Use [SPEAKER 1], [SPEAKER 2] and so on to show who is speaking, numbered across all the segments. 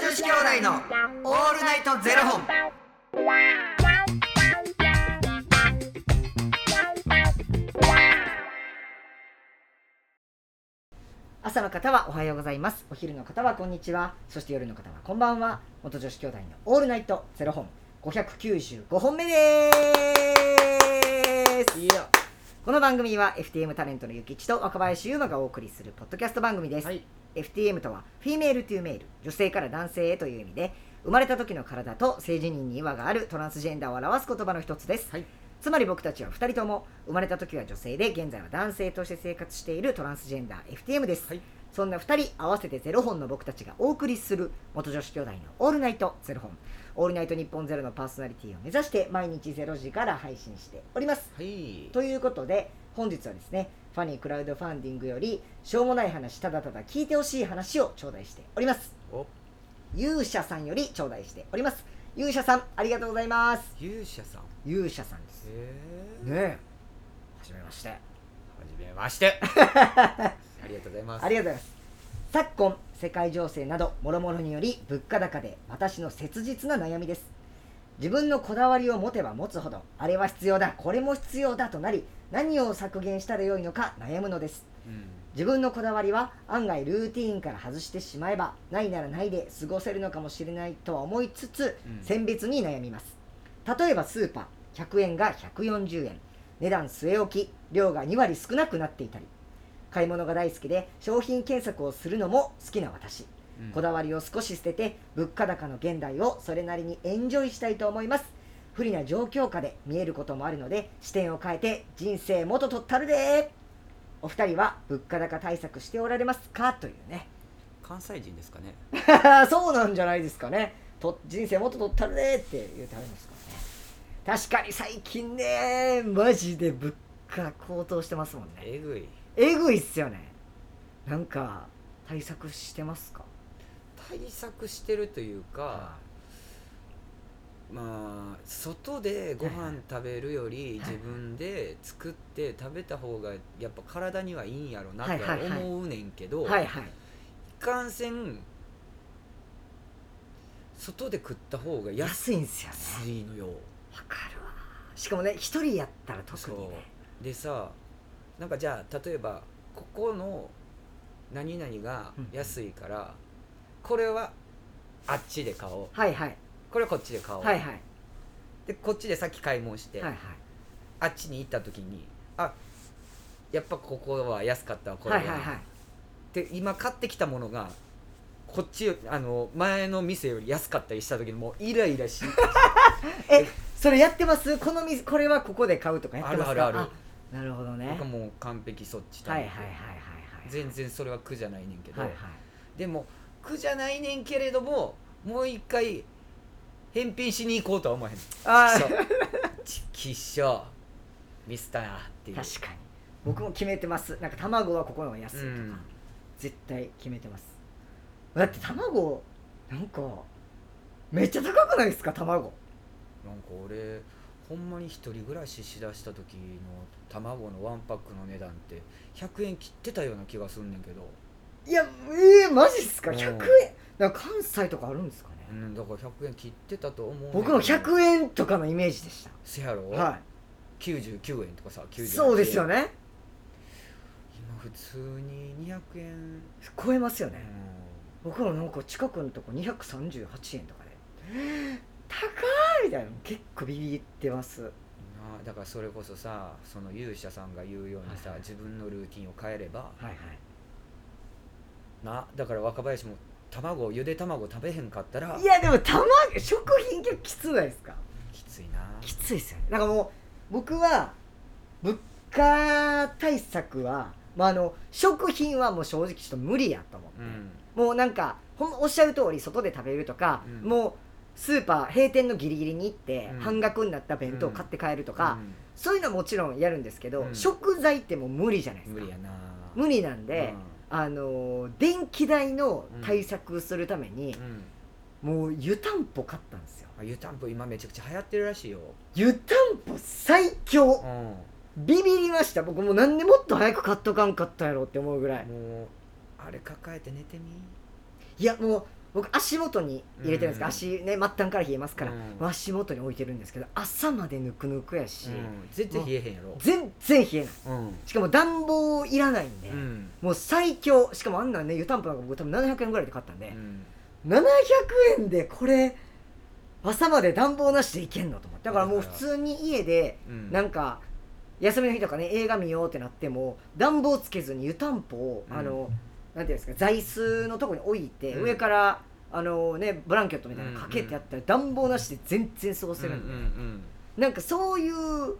[SPEAKER 1] 子兄弟のオールナイトゼロ本。
[SPEAKER 2] 朝の方はおはようございますお昼の方はこんにちはそして夜の方はこんばんは元女子兄弟のオールナイトゼロ本595本目ですこの番組は FTM タレントのゆきちと若林優馬がお送りするポッドキャスト番組です、
[SPEAKER 3] はい、
[SPEAKER 2] FTM とはフィメール・トゥ・メール女性から男性へという意味で生まれた時の体と性自認に違和があるトランスジェンダーを表す言葉の一つです、
[SPEAKER 3] はい
[SPEAKER 2] つまり僕たちは2人とも生まれた時は女性で現在は男性として生活しているトランスジェンダー FTM です、
[SPEAKER 3] はい
[SPEAKER 2] そんな2人合わせてゼロ本の僕たちがお送りする元女子兄弟の「オールナイトゼロ本」「オールナイト日本ゼロのパーソナリティを目指して毎日0時から配信しております
[SPEAKER 3] はい、
[SPEAKER 2] ということで本日はですねファニークラウドファンディングよりしょうもない話ただただ聞いてほしい話を頂戴しております
[SPEAKER 3] お、
[SPEAKER 2] 勇者さんより頂戴しております勇者さんありがとうございます
[SPEAKER 3] 勇者さん。
[SPEAKER 2] 勇者さんですね
[SPEAKER 3] え
[SPEAKER 2] え
[SPEAKER 3] え
[SPEAKER 2] はじめまして
[SPEAKER 3] はじめ まして。ありがとうございます。
[SPEAKER 2] ありがとうございます昨今世界情勢などもろもろにより物価高で私の切実な悩みです自分のこだわりを持てば持つほどあれは必要だこれも必要だとなり何を削減したらよいのか悩むのです
[SPEAKER 3] うん、
[SPEAKER 2] 自分のこだわりは案外ルーティーンから外してしまえばないならないで過ごせるのかもしれないとは思いつつ、
[SPEAKER 3] うん
[SPEAKER 2] 選別に悩みます例えばスーパー100円が140円値段据え置き量が2割少なくなっていたり買い物が大好きで商品検索をするのも好きな私
[SPEAKER 3] うん
[SPEAKER 2] こだわりを少し捨てて物価高の現代をそれなりにエンジョイしたいと思います不利な状況下で見えることもあるので視点を変えて人生もととったるでお二人は物価高対策しておられますかというね
[SPEAKER 3] 関西人ですかね。
[SPEAKER 2] そうなんじゃないですかねと人生もととったるでって言うてはるんですからね確かに最近ねマジで物価高騰してますもんね
[SPEAKER 3] えぐい。
[SPEAKER 2] えぐいっすよねなんか対策してますか
[SPEAKER 3] 対策してるというか、まあ外でご
[SPEAKER 2] はいは
[SPEAKER 3] 飯
[SPEAKER 2] い
[SPEAKER 3] 食べるより
[SPEAKER 2] はい
[SPEAKER 3] 自分で作って食べた方がやっぱ体にはいいんやろなと
[SPEAKER 2] は
[SPEAKER 3] はい
[SPEAKER 2] はいはい
[SPEAKER 3] 思うねんけど、
[SPEAKER 2] はいはい
[SPEAKER 3] いかんせん外で食った方が安
[SPEAKER 2] 安いんですよね
[SPEAKER 3] いのよ。
[SPEAKER 2] わかるわしかもね一人やったら特にね
[SPEAKER 3] でさなんかじゃあ例えばここの何々が安いから、これはあっちで買おう
[SPEAKER 2] はいはい
[SPEAKER 3] これはこっちで買おう、
[SPEAKER 2] はいはい
[SPEAKER 3] でこっちでさっき買い物して、
[SPEAKER 2] はいはい
[SPEAKER 3] あっちに行った時にあやっぱここは安かったわこれ
[SPEAKER 2] は
[SPEAKER 3] は,、
[SPEAKER 2] いはいはい
[SPEAKER 3] で今買ってきたものがこっちあの前の店より安かったりした時にもうイライラし
[SPEAKER 2] それやってますこの店これはここで買うとかやってますか
[SPEAKER 3] あるあるある
[SPEAKER 2] あなるほどね
[SPEAKER 3] 僕はもう完璧そっちだ
[SPEAKER 2] はい
[SPEAKER 3] ね
[SPEAKER 2] はいはいはいはい
[SPEAKER 3] 全然それは苦じゃないねんけど、
[SPEAKER 2] はいはい
[SPEAKER 3] でも苦じゃないねんけれどももう一回返品しに行こうとは思わへん
[SPEAKER 2] あ
[SPEAKER 3] そうちきっしょミスターっていう
[SPEAKER 2] 確かに僕も決めてますなんか卵はここの方が安いとか、
[SPEAKER 3] うん
[SPEAKER 2] 絶対決めてますだって卵なんかめっちゃ高くないですか卵
[SPEAKER 3] なんか俺ほんまに一人暮らししだした時の卵のワンパックの値段って100円切ってたような気がすんねんけど、
[SPEAKER 2] いやえー、マジっすか
[SPEAKER 3] うん
[SPEAKER 2] 100円なんか関西とかあるんですかね、
[SPEAKER 3] うん、だから100円切ってたと思うねんけど
[SPEAKER 2] 僕も100円とかのイメージでした
[SPEAKER 3] せやろ、
[SPEAKER 2] は
[SPEAKER 3] 99円とかさ
[SPEAKER 2] い
[SPEAKER 3] 98円
[SPEAKER 2] そうですよね
[SPEAKER 3] 今普通に200円、うん
[SPEAKER 2] 超えますよね僕らなんか近くのとこ238円とかで「高い!」みたいな結構ビビってます
[SPEAKER 3] なあだからそれこそさその勇者さんが言うように
[SPEAKER 2] はい
[SPEAKER 3] さ、
[SPEAKER 2] はい
[SPEAKER 3] 自分のルーティンを変えれば
[SPEAKER 2] はいはい
[SPEAKER 3] なだから若林も卵ゆで卵食べへんかったら
[SPEAKER 2] いやでも卵食品結構きつないですか
[SPEAKER 3] きついな
[SPEAKER 2] きついですよねだからもう僕は物価対策は、まあ、あの食品はもう正直ちょっと無理やと思って、
[SPEAKER 3] うん
[SPEAKER 2] もうなんかほんまおっしゃる通り外で食べるとか、
[SPEAKER 3] うん
[SPEAKER 2] もうスーパー閉店のギリギリに行って、
[SPEAKER 3] うん
[SPEAKER 2] 半額になった弁当を買って帰るとか、
[SPEAKER 3] うん
[SPEAKER 2] そういうのはもちろんやるんですけど、
[SPEAKER 3] うん
[SPEAKER 2] 食材ってもう無理じゃないですか
[SPEAKER 3] 無理やな
[SPEAKER 2] 無理なんで、あのー電気代の対策するために
[SPEAKER 3] うん、うん
[SPEAKER 2] もう湯たんぽ買ったんですよ
[SPEAKER 3] あ湯たんぽ今めちゃくちゃ流行ってるらしいよ、
[SPEAKER 2] 湯たんぽ最強
[SPEAKER 3] うん、
[SPEAKER 2] ビビりました僕もうなんでもっと早く買っとかんかったやろって思うぐらい
[SPEAKER 3] もうあれ抱えて寝てみ
[SPEAKER 2] いやもう僕足元に入れてるんですけど、
[SPEAKER 3] うん
[SPEAKER 2] 足ね末端から冷えますから、
[SPEAKER 3] うん
[SPEAKER 2] 足元に置いてるんですけど朝までぬくぬくやし、
[SPEAKER 3] うん、絶対冷えへんやろ
[SPEAKER 2] 全然冷えない
[SPEAKER 3] うん、
[SPEAKER 2] しかも暖房いらないんで、
[SPEAKER 3] うん
[SPEAKER 2] もう最強しかもあんなんね湯たんぽなんか僕多分700円ぐらいで買ったん
[SPEAKER 3] う
[SPEAKER 2] で、
[SPEAKER 3] ん
[SPEAKER 2] 700円でこれ朝まで暖房なしでいけんのと思ってだからもう普通に家で
[SPEAKER 3] うん
[SPEAKER 2] なんか休みの日とかね映画見ようってなっても暖房つけずに湯たんぽを
[SPEAKER 3] うん
[SPEAKER 2] あの、なんていうんですか座椅子のとこに置いて、
[SPEAKER 3] うん
[SPEAKER 2] 上からあのねブランケットみたいなのかけてやったら暖房なしで全然過ごせるんで、
[SPEAKER 3] うん
[SPEAKER 2] なんかそういう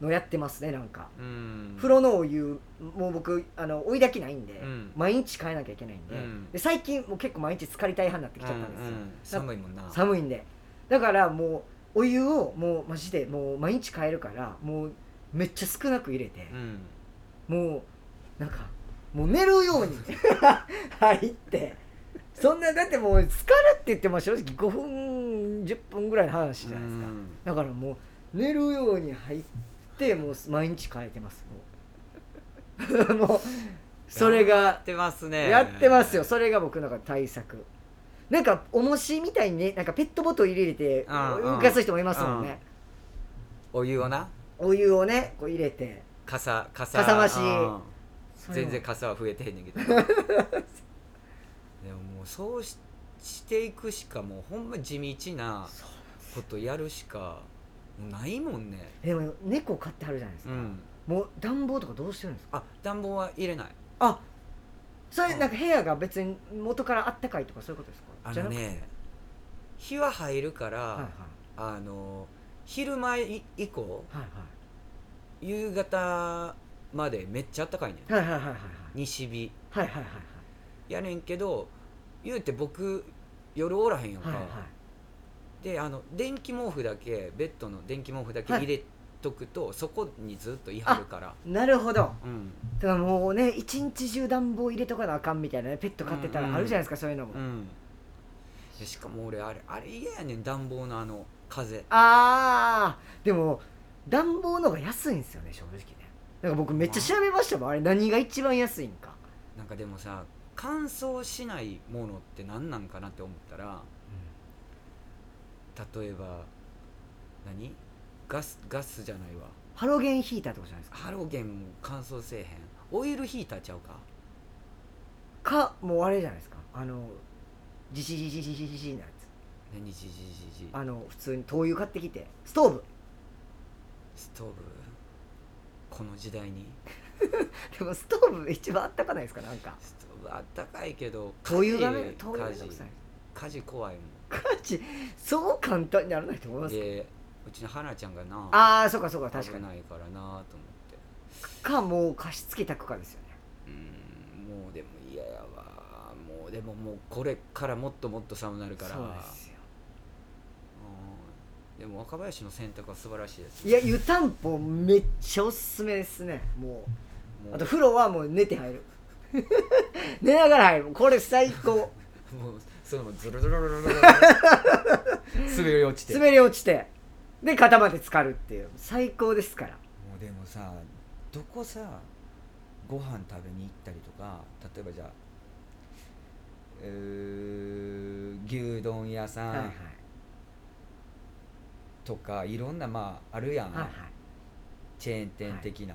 [SPEAKER 2] のやってますねなんか。
[SPEAKER 3] うんうん
[SPEAKER 2] 風呂のお湯もう僕あの追いだきないんで、
[SPEAKER 3] うん
[SPEAKER 2] 毎日変えなきゃいけないんで,、
[SPEAKER 3] うん
[SPEAKER 2] で最近もう結構毎日浸かりたい派になってきちゃったんですよ、
[SPEAKER 3] うんうん寒いもんな
[SPEAKER 2] 寒いんでだからもうお湯をもうマジでもう毎日変えるからもうめっちゃ少なく入れて
[SPEAKER 3] う、ん
[SPEAKER 2] もうなんかもう寝るよう に入ってそんなだってもう疲れって言っても正直5分10分ぐらいの話じゃないですか、
[SPEAKER 3] うん
[SPEAKER 2] だからもう寝るように入ってもう毎日変えて ますもうもうそれ
[SPEAKER 3] や
[SPEAKER 2] が
[SPEAKER 3] ってますね
[SPEAKER 2] やってますよそれが僕の中で対策なんか重しみたいにねなんかペットボトル入れて
[SPEAKER 3] うんうん
[SPEAKER 2] 浮かす人もいますもんね
[SPEAKER 3] お湯をな
[SPEAKER 2] お湯をねこう入れて
[SPEAKER 3] かさかさ
[SPEAKER 2] かさ増し
[SPEAKER 3] うん
[SPEAKER 2] それを
[SPEAKER 3] 全然かさは増えてへんねんけ どでももうそうししていくしかもうほんま地道な
[SPEAKER 2] そ
[SPEAKER 3] ことやるしかもうないもんね
[SPEAKER 2] でも猫飼ってはるじゃないです
[SPEAKER 3] う
[SPEAKER 2] か、
[SPEAKER 3] ん
[SPEAKER 2] もう暖房とかどうしてるんですか
[SPEAKER 3] あ暖房は入れない
[SPEAKER 2] あそれなんか部屋が別に元からあったかいとかそういうことですか
[SPEAKER 3] あ
[SPEAKER 2] じゃ
[SPEAKER 3] の
[SPEAKER 2] なくて
[SPEAKER 3] ね日は入るから、
[SPEAKER 2] はいはい
[SPEAKER 3] あの昼前い以降
[SPEAKER 2] はい
[SPEAKER 3] 夕方までめっちゃ暖かいねん
[SPEAKER 2] はいはいはいはいはい
[SPEAKER 3] 西日
[SPEAKER 2] はいはいはい
[SPEAKER 3] やねんけど言うて僕夜おらへんやんか、
[SPEAKER 2] はいはいはい
[SPEAKER 3] であの電気毛布だけベッドの電気毛布だけ入れとくと、そこにずっといはるから、
[SPEAKER 2] なるほど
[SPEAKER 3] うん
[SPEAKER 2] だからもうね一日中暖房入れとかなあかんみたいなねペット飼ってた
[SPEAKER 3] うんう
[SPEAKER 2] ら
[SPEAKER 3] ん
[SPEAKER 2] あるじゃないですか、そういうのも、
[SPEAKER 3] うん、でしかも俺あれあれ嫌やねん暖房のあの風
[SPEAKER 2] あーでも暖房の方が安いんですよね正直ねなんか僕めっちゃ調べましたもんあれ何が一番安いんか、
[SPEAKER 3] なんかでもさ乾燥しないものって何なんかなって思ったら例えば何ガスガスじゃないわ
[SPEAKER 2] ハロゲンヒーターとかじゃないですか
[SPEAKER 3] ハロゲンも乾燥せえへんオイルヒーターちゃうか
[SPEAKER 2] かもうあれじゃないですかあのジシジシジシジシなやつ
[SPEAKER 3] 何じじじじ
[SPEAKER 2] あの普通に灯油買ってきてストーブ
[SPEAKER 3] ストーブこの時代に
[SPEAKER 2] でもストーブ一番あったかないですかなんか
[SPEAKER 3] ストーブあったかいけど
[SPEAKER 2] 灯油がね
[SPEAKER 3] 火事
[SPEAKER 2] 灯油がめんど
[SPEAKER 3] 火
[SPEAKER 2] く
[SPEAKER 3] 事
[SPEAKER 2] さい
[SPEAKER 3] 火事怖いもん
[SPEAKER 2] ガチそう簡単にならないと思います
[SPEAKER 3] でうちの花ちゃんがな
[SPEAKER 2] ああそうかそうか確か
[SPEAKER 3] 危
[SPEAKER 2] に
[SPEAKER 3] ないからなと思って
[SPEAKER 2] かもう貸し付けたくかですよね
[SPEAKER 3] うんもうでも嫌やわもうでももうこれからもっともっと寒なるから
[SPEAKER 2] そうですよ
[SPEAKER 3] うんでも若林の選択は素晴らしいです
[SPEAKER 2] いや湯たんぽめっちゃおすすめですねも
[SPEAKER 3] も
[SPEAKER 2] う
[SPEAKER 3] う
[SPEAKER 2] あと風呂はもう寝て入る 寝ながら入るこれ最高
[SPEAKER 3] もうそのままズルズルズルズル 滑り落ちても
[SPEAKER 2] 滑り落ちてで肩まで浸かるっていう最高ですから
[SPEAKER 3] うでもさどこさご飯食べに行ったりとか例えばじゃあうー牛丼屋
[SPEAKER 2] はいは
[SPEAKER 3] さ
[SPEAKER 2] い
[SPEAKER 3] んとか、いろんなまああるやん、
[SPEAKER 2] はいはい
[SPEAKER 3] チェーン店的な、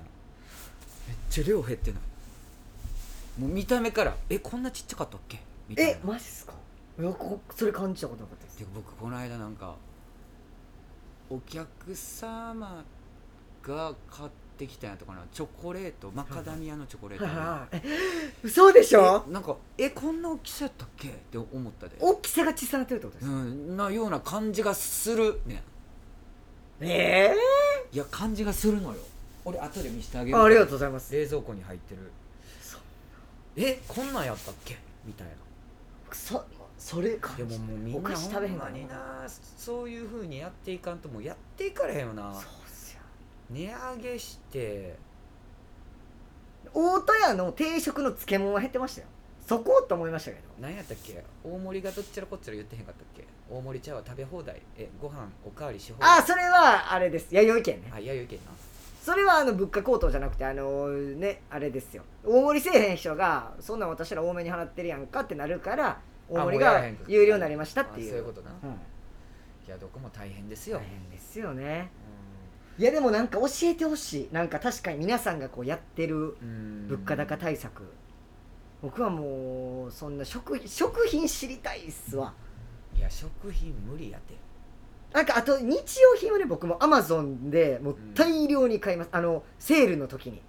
[SPEAKER 3] めっちゃ量減ってないもう見た目からえこんなちっちゃかったっけみたいな
[SPEAKER 2] えマジっすかいやこそれ感じたことなかったです
[SPEAKER 3] で僕この間なんかお客様が買ってきたんやったかなチョコレートマカダミアのチョコレート、
[SPEAKER 2] はいはいえ嘘でしょ
[SPEAKER 3] えなんかえこんな大きさやったっけって思ったで
[SPEAKER 2] 大きさが小さなってるってことで
[SPEAKER 3] う
[SPEAKER 2] すか
[SPEAKER 3] んなような感じがするね
[SPEAKER 2] え
[SPEAKER 3] いや感じがするのよ俺後で見せてあげ
[SPEAKER 2] え
[SPEAKER 3] る
[SPEAKER 2] あありがとうございます
[SPEAKER 3] 冷蔵庫に入ってる
[SPEAKER 2] そ
[SPEAKER 3] えこんなんやったっけみたいな
[SPEAKER 2] そそれ感
[SPEAKER 3] で
[SPEAKER 2] じ
[SPEAKER 3] ももうみんな
[SPEAKER 2] お菓子食べへん
[SPEAKER 3] ほ
[SPEAKER 2] か
[SPEAKER 3] んまに
[SPEAKER 2] な
[SPEAKER 3] なそういうふうにやっていかんともうやっていかれへんよな
[SPEAKER 2] そうっすよ
[SPEAKER 3] 値上げして
[SPEAKER 2] 大戸屋の定食の漬物は減ってましたよそこと思いましたけど
[SPEAKER 3] 何やったっけ大盛りがどっちらこっちら言ってへんかったっけ大盛り茶は食べ放題えご飯おかわりし放題
[SPEAKER 2] ああそれはあれです弥生県ね
[SPEAKER 3] あいや言うけんな
[SPEAKER 2] それはあの物価高騰じゃなくてあのねあれですよ大盛りせえへん人がそんなん私ら多めに払ってるやんかってなるから大盛り
[SPEAKER 3] あもうや
[SPEAKER 2] が
[SPEAKER 3] らへんか
[SPEAKER 2] 有料になりましたっていう
[SPEAKER 3] あそういうことな、
[SPEAKER 2] うん
[SPEAKER 3] いやどこも大変ですよ、
[SPEAKER 2] 大変ですよねいやでもなんか教えてほしいなんか確かに皆さんがこうやってる
[SPEAKER 3] うん
[SPEAKER 2] 物価高対策僕はもうそんな食食品知りたいっすわ
[SPEAKER 3] いや食品無理やて
[SPEAKER 2] なんかあと日用品はね僕もアマゾンでもう大量に買います、あのセールの時に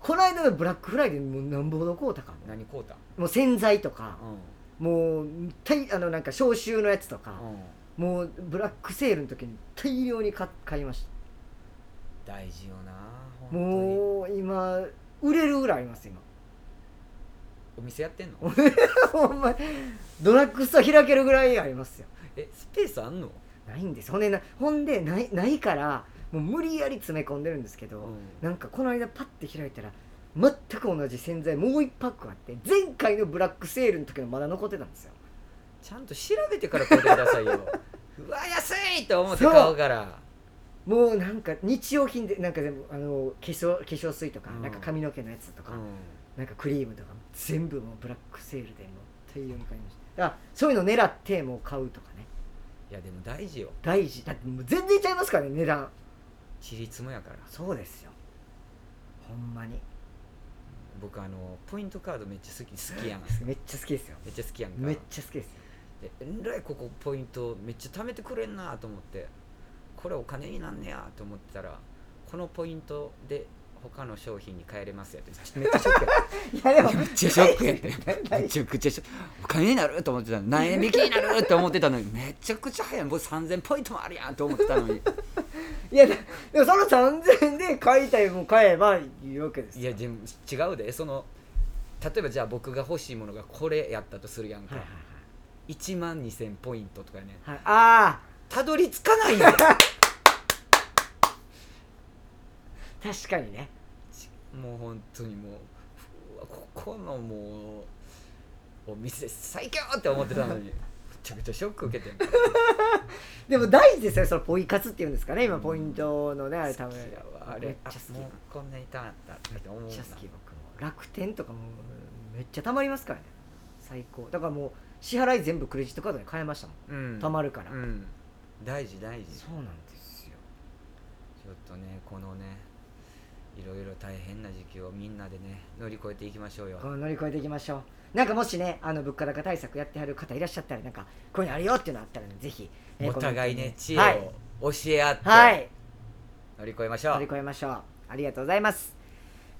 [SPEAKER 2] この間のブラックフライデーもうなんぼほど買うたかも
[SPEAKER 3] 何買うたん
[SPEAKER 2] もう洗剤とか
[SPEAKER 3] うん
[SPEAKER 2] もう大あのなんか消臭のやつとか、
[SPEAKER 3] うん
[SPEAKER 2] もうブラックセールの時に大量に買買いました
[SPEAKER 3] 大事よな本当に
[SPEAKER 2] もう今売れるぐらいあります今
[SPEAKER 3] お店やってんの
[SPEAKER 2] ほんまドラッグストア開けるぐらいありますよ
[SPEAKER 3] えスペースあんの、
[SPEAKER 2] ないんですほんでなほんでないないからもう無理やり詰め込んでるんですけど、なんかこの間パッて開いたら全く同じ洗剤もう1パックあって前回のブラックセールの時のまだ残ってたんですよ
[SPEAKER 3] ちゃんと調べてから買うてくださいよ うわ安いと思って
[SPEAKER 2] そう
[SPEAKER 3] 買うから
[SPEAKER 2] もうなんか日用品でなんか全部あの化粧化粧水とか、
[SPEAKER 3] うん
[SPEAKER 2] なんか髪の毛のやつとか、
[SPEAKER 3] う
[SPEAKER 2] なんかクリームとか全部もうブラックセールでもう大量に買いましただからそういうの狙ってもう買うとかね
[SPEAKER 3] んいやでも大事よ
[SPEAKER 2] 大事だってもう全然ちゃいますからね値段
[SPEAKER 3] ちりつもやから
[SPEAKER 2] そうですよほんまに
[SPEAKER 3] 僕あのポイントカードめっちゃ好き好 きやん
[SPEAKER 2] めっちゃ好きですよ
[SPEAKER 3] めっちゃ好きやんか
[SPEAKER 2] めっちゃ好きですよ
[SPEAKER 3] でえらいここポイントめっちゃ貯めてくれんなと思ってこれお金になんねやと思ってたらこのポイントで他の商品に変えれますやってめっちゃショック や
[SPEAKER 2] いやでも
[SPEAKER 3] めっちゃショック やってめちゃくちゃショックお金になると思ってたの何円引きになると思ってたのにめちゃくちゃ早いもう3000ポイントもあるやんと思ってたのに
[SPEAKER 2] いやででもその3000円で買いたいもん買えばいいわけです
[SPEAKER 3] い
[SPEAKER 2] よ
[SPEAKER 3] やでも違うでその例えばじゃあ僕が欲しいものがこれやったとするやんか、
[SPEAKER 2] はい
[SPEAKER 3] 1万2000ポイントとかね
[SPEAKER 2] はいはい、はい、ああ
[SPEAKER 3] たどり着かないやん
[SPEAKER 2] 確かにね
[SPEAKER 3] もう本当にもううわここのもうお店最強って思ってたのにめちゃくちゃショック受けてんから
[SPEAKER 2] でも大事ですよそのポイ活っていうんですかね今ポイントのねあれ多
[SPEAKER 3] 好
[SPEAKER 2] 分
[SPEAKER 3] きやわあ
[SPEAKER 2] め
[SPEAKER 3] れ
[SPEAKER 2] っちゃ好き
[SPEAKER 3] あもうこんなにターンあったって思う
[SPEAKER 2] めっ
[SPEAKER 3] な
[SPEAKER 2] ちゃ好き僕も楽天とかもめっちゃたまりますからね最高だからもう支払い全部クレジットカードで買えましたもん
[SPEAKER 3] うん
[SPEAKER 2] たまるから、
[SPEAKER 3] うん大事大事ち
[SPEAKER 2] そうなんですよ
[SPEAKER 3] ょっとねこのねいろいろ大変な時期をみんなでね乗り越えていきましょうよ
[SPEAKER 2] これ乗り越えていきましょうなんかもしねあの物価高対策やってはる方いらっしゃったらなんかこういうのあるよっていうのあったらねぜひ、えー
[SPEAKER 3] お互い
[SPEAKER 2] コメン
[SPEAKER 3] ね
[SPEAKER 2] ト
[SPEAKER 3] 知
[SPEAKER 2] に
[SPEAKER 3] 恵
[SPEAKER 2] はい
[SPEAKER 3] を教え合って
[SPEAKER 2] はい
[SPEAKER 3] 乗り越えましょ
[SPEAKER 2] 乗り
[SPEAKER 3] う
[SPEAKER 2] 越えましょうありがとうございます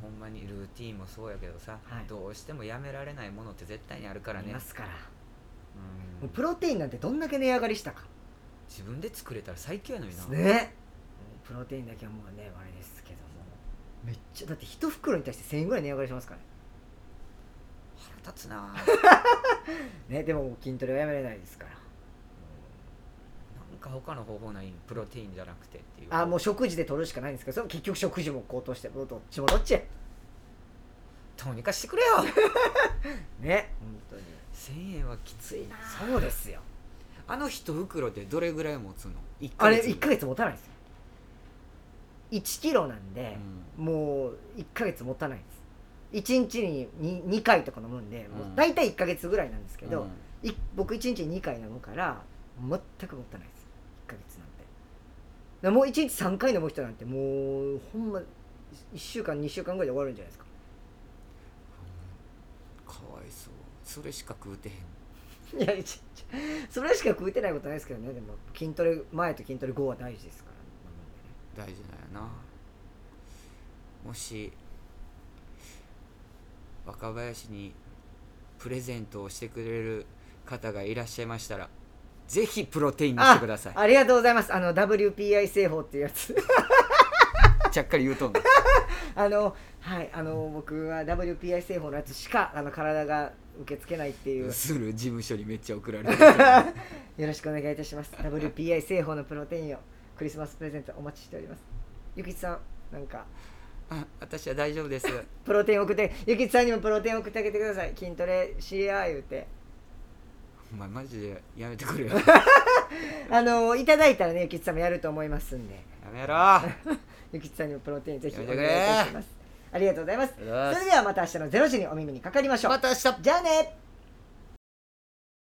[SPEAKER 3] ほんまにルーティンもそうやけどさ、
[SPEAKER 2] はい
[SPEAKER 3] どうしてもやめられないものって絶対にあるから
[SPEAKER 2] あり
[SPEAKER 3] ね
[SPEAKER 2] ますから
[SPEAKER 3] うん
[SPEAKER 2] もうプロテインなんてどんだけ値上がりしたか
[SPEAKER 3] 自分で作れたら最強やのにな、
[SPEAKER 2] ねプロテインだけはもうねあれですけどもめっちゃだって一袋に対して1000円ぐらい値上がりしますから
[SPEAKER 3] 腹立つななん
[SPEAKER 2] ねねでももう筋トレはやめれないですから
[SPEAKER 3] か他の方法ないんプロテインじゃなくてっていう
[SPEAKER 2] あもう食事で取るしかないんですけどそれ結局食事も高騰してもうどっちもどっちや
[SPEAKER 3] どうにかしてくれよ
[SPEAKER 2] ね本当に
[SPEAKER 3] 1000円はきついな
[SPEAKER 2] そうですよ
[SPEAKER 3] あの一袋でどれぐらい持つの1
[SPEAKER 2] あれ1ヶ月持たないですよ1キロなんで、もう1ヶ月持たないです1日に 2, 2回とか飲むんで、もう
[SPEAKER 3] うん
[SPEAKER 2] 大体1ヶ月ぐらいなんですけど、
[SPEAKER 3] うん
[SPEAKER 2] い僕1日に2回飲むから全くもったいないです1ヶ月なんてだからもう1日3回飲む人なんてもうほんま1週間2週間ぐらいで終わるんじゃないですか
[SPEAKER 3] かわいそうそれしか食うてへん
[SPEAKER 2] いやいちいちそれしか食うてないことないですけどねでも筋トレ前と筋トレ後は大事ですから、
[SPEAKER 3] 大事なんやなもし若林にプレゼントをしてくれる方がいらっしゃいましたらぜひプロテインにしてください
[SPEAKER 2] ありがとうございますあの WPI 製法っていうやつ
[SPEAKER 3] ちゃっかり言うとんの
[SPEAKER 2] あのはいあの僕は WPI 製法のやつしかあの体が受け付けないっていう
[SPEAKER 3] する事務所にめっちゃ送られてる
[SPEAKER 2] よろしくお願いいたします WPI 製法のプロテインをクリスマスプレゼントお待ちしておりますゆきちさんなんか
[SPEAKER 3] あ私は大丈夫です
[SPEAKER 2] プロテイン送ってゆきちさんにもプロテイン送ってあげてください筋トレしや言うて
[SPEAKER 3] お前マジでやめてくれよ
[SPEAKER 2] あのいただいたらねゆきちさんもやると思いますんで
[SPEAKER 3] やめろ
[SPEAKER 2] ゆきちさんにもプロテインぜひお
[SPEAKER 3] や
[SPEAKER 2] 願
[SPEAKER 3] め
[SPEAKER 2] いい
[SPEAKER 3] てくれ
[SPEAKER 2] たしますありがとうございます
[SPEAKER 3] ありがとうございます
[SPEAKER 2] それではまた明日の0時にお耳にかかりましょう
[SPEAKER 3] また明日
[SPEAKER 2] じゃあね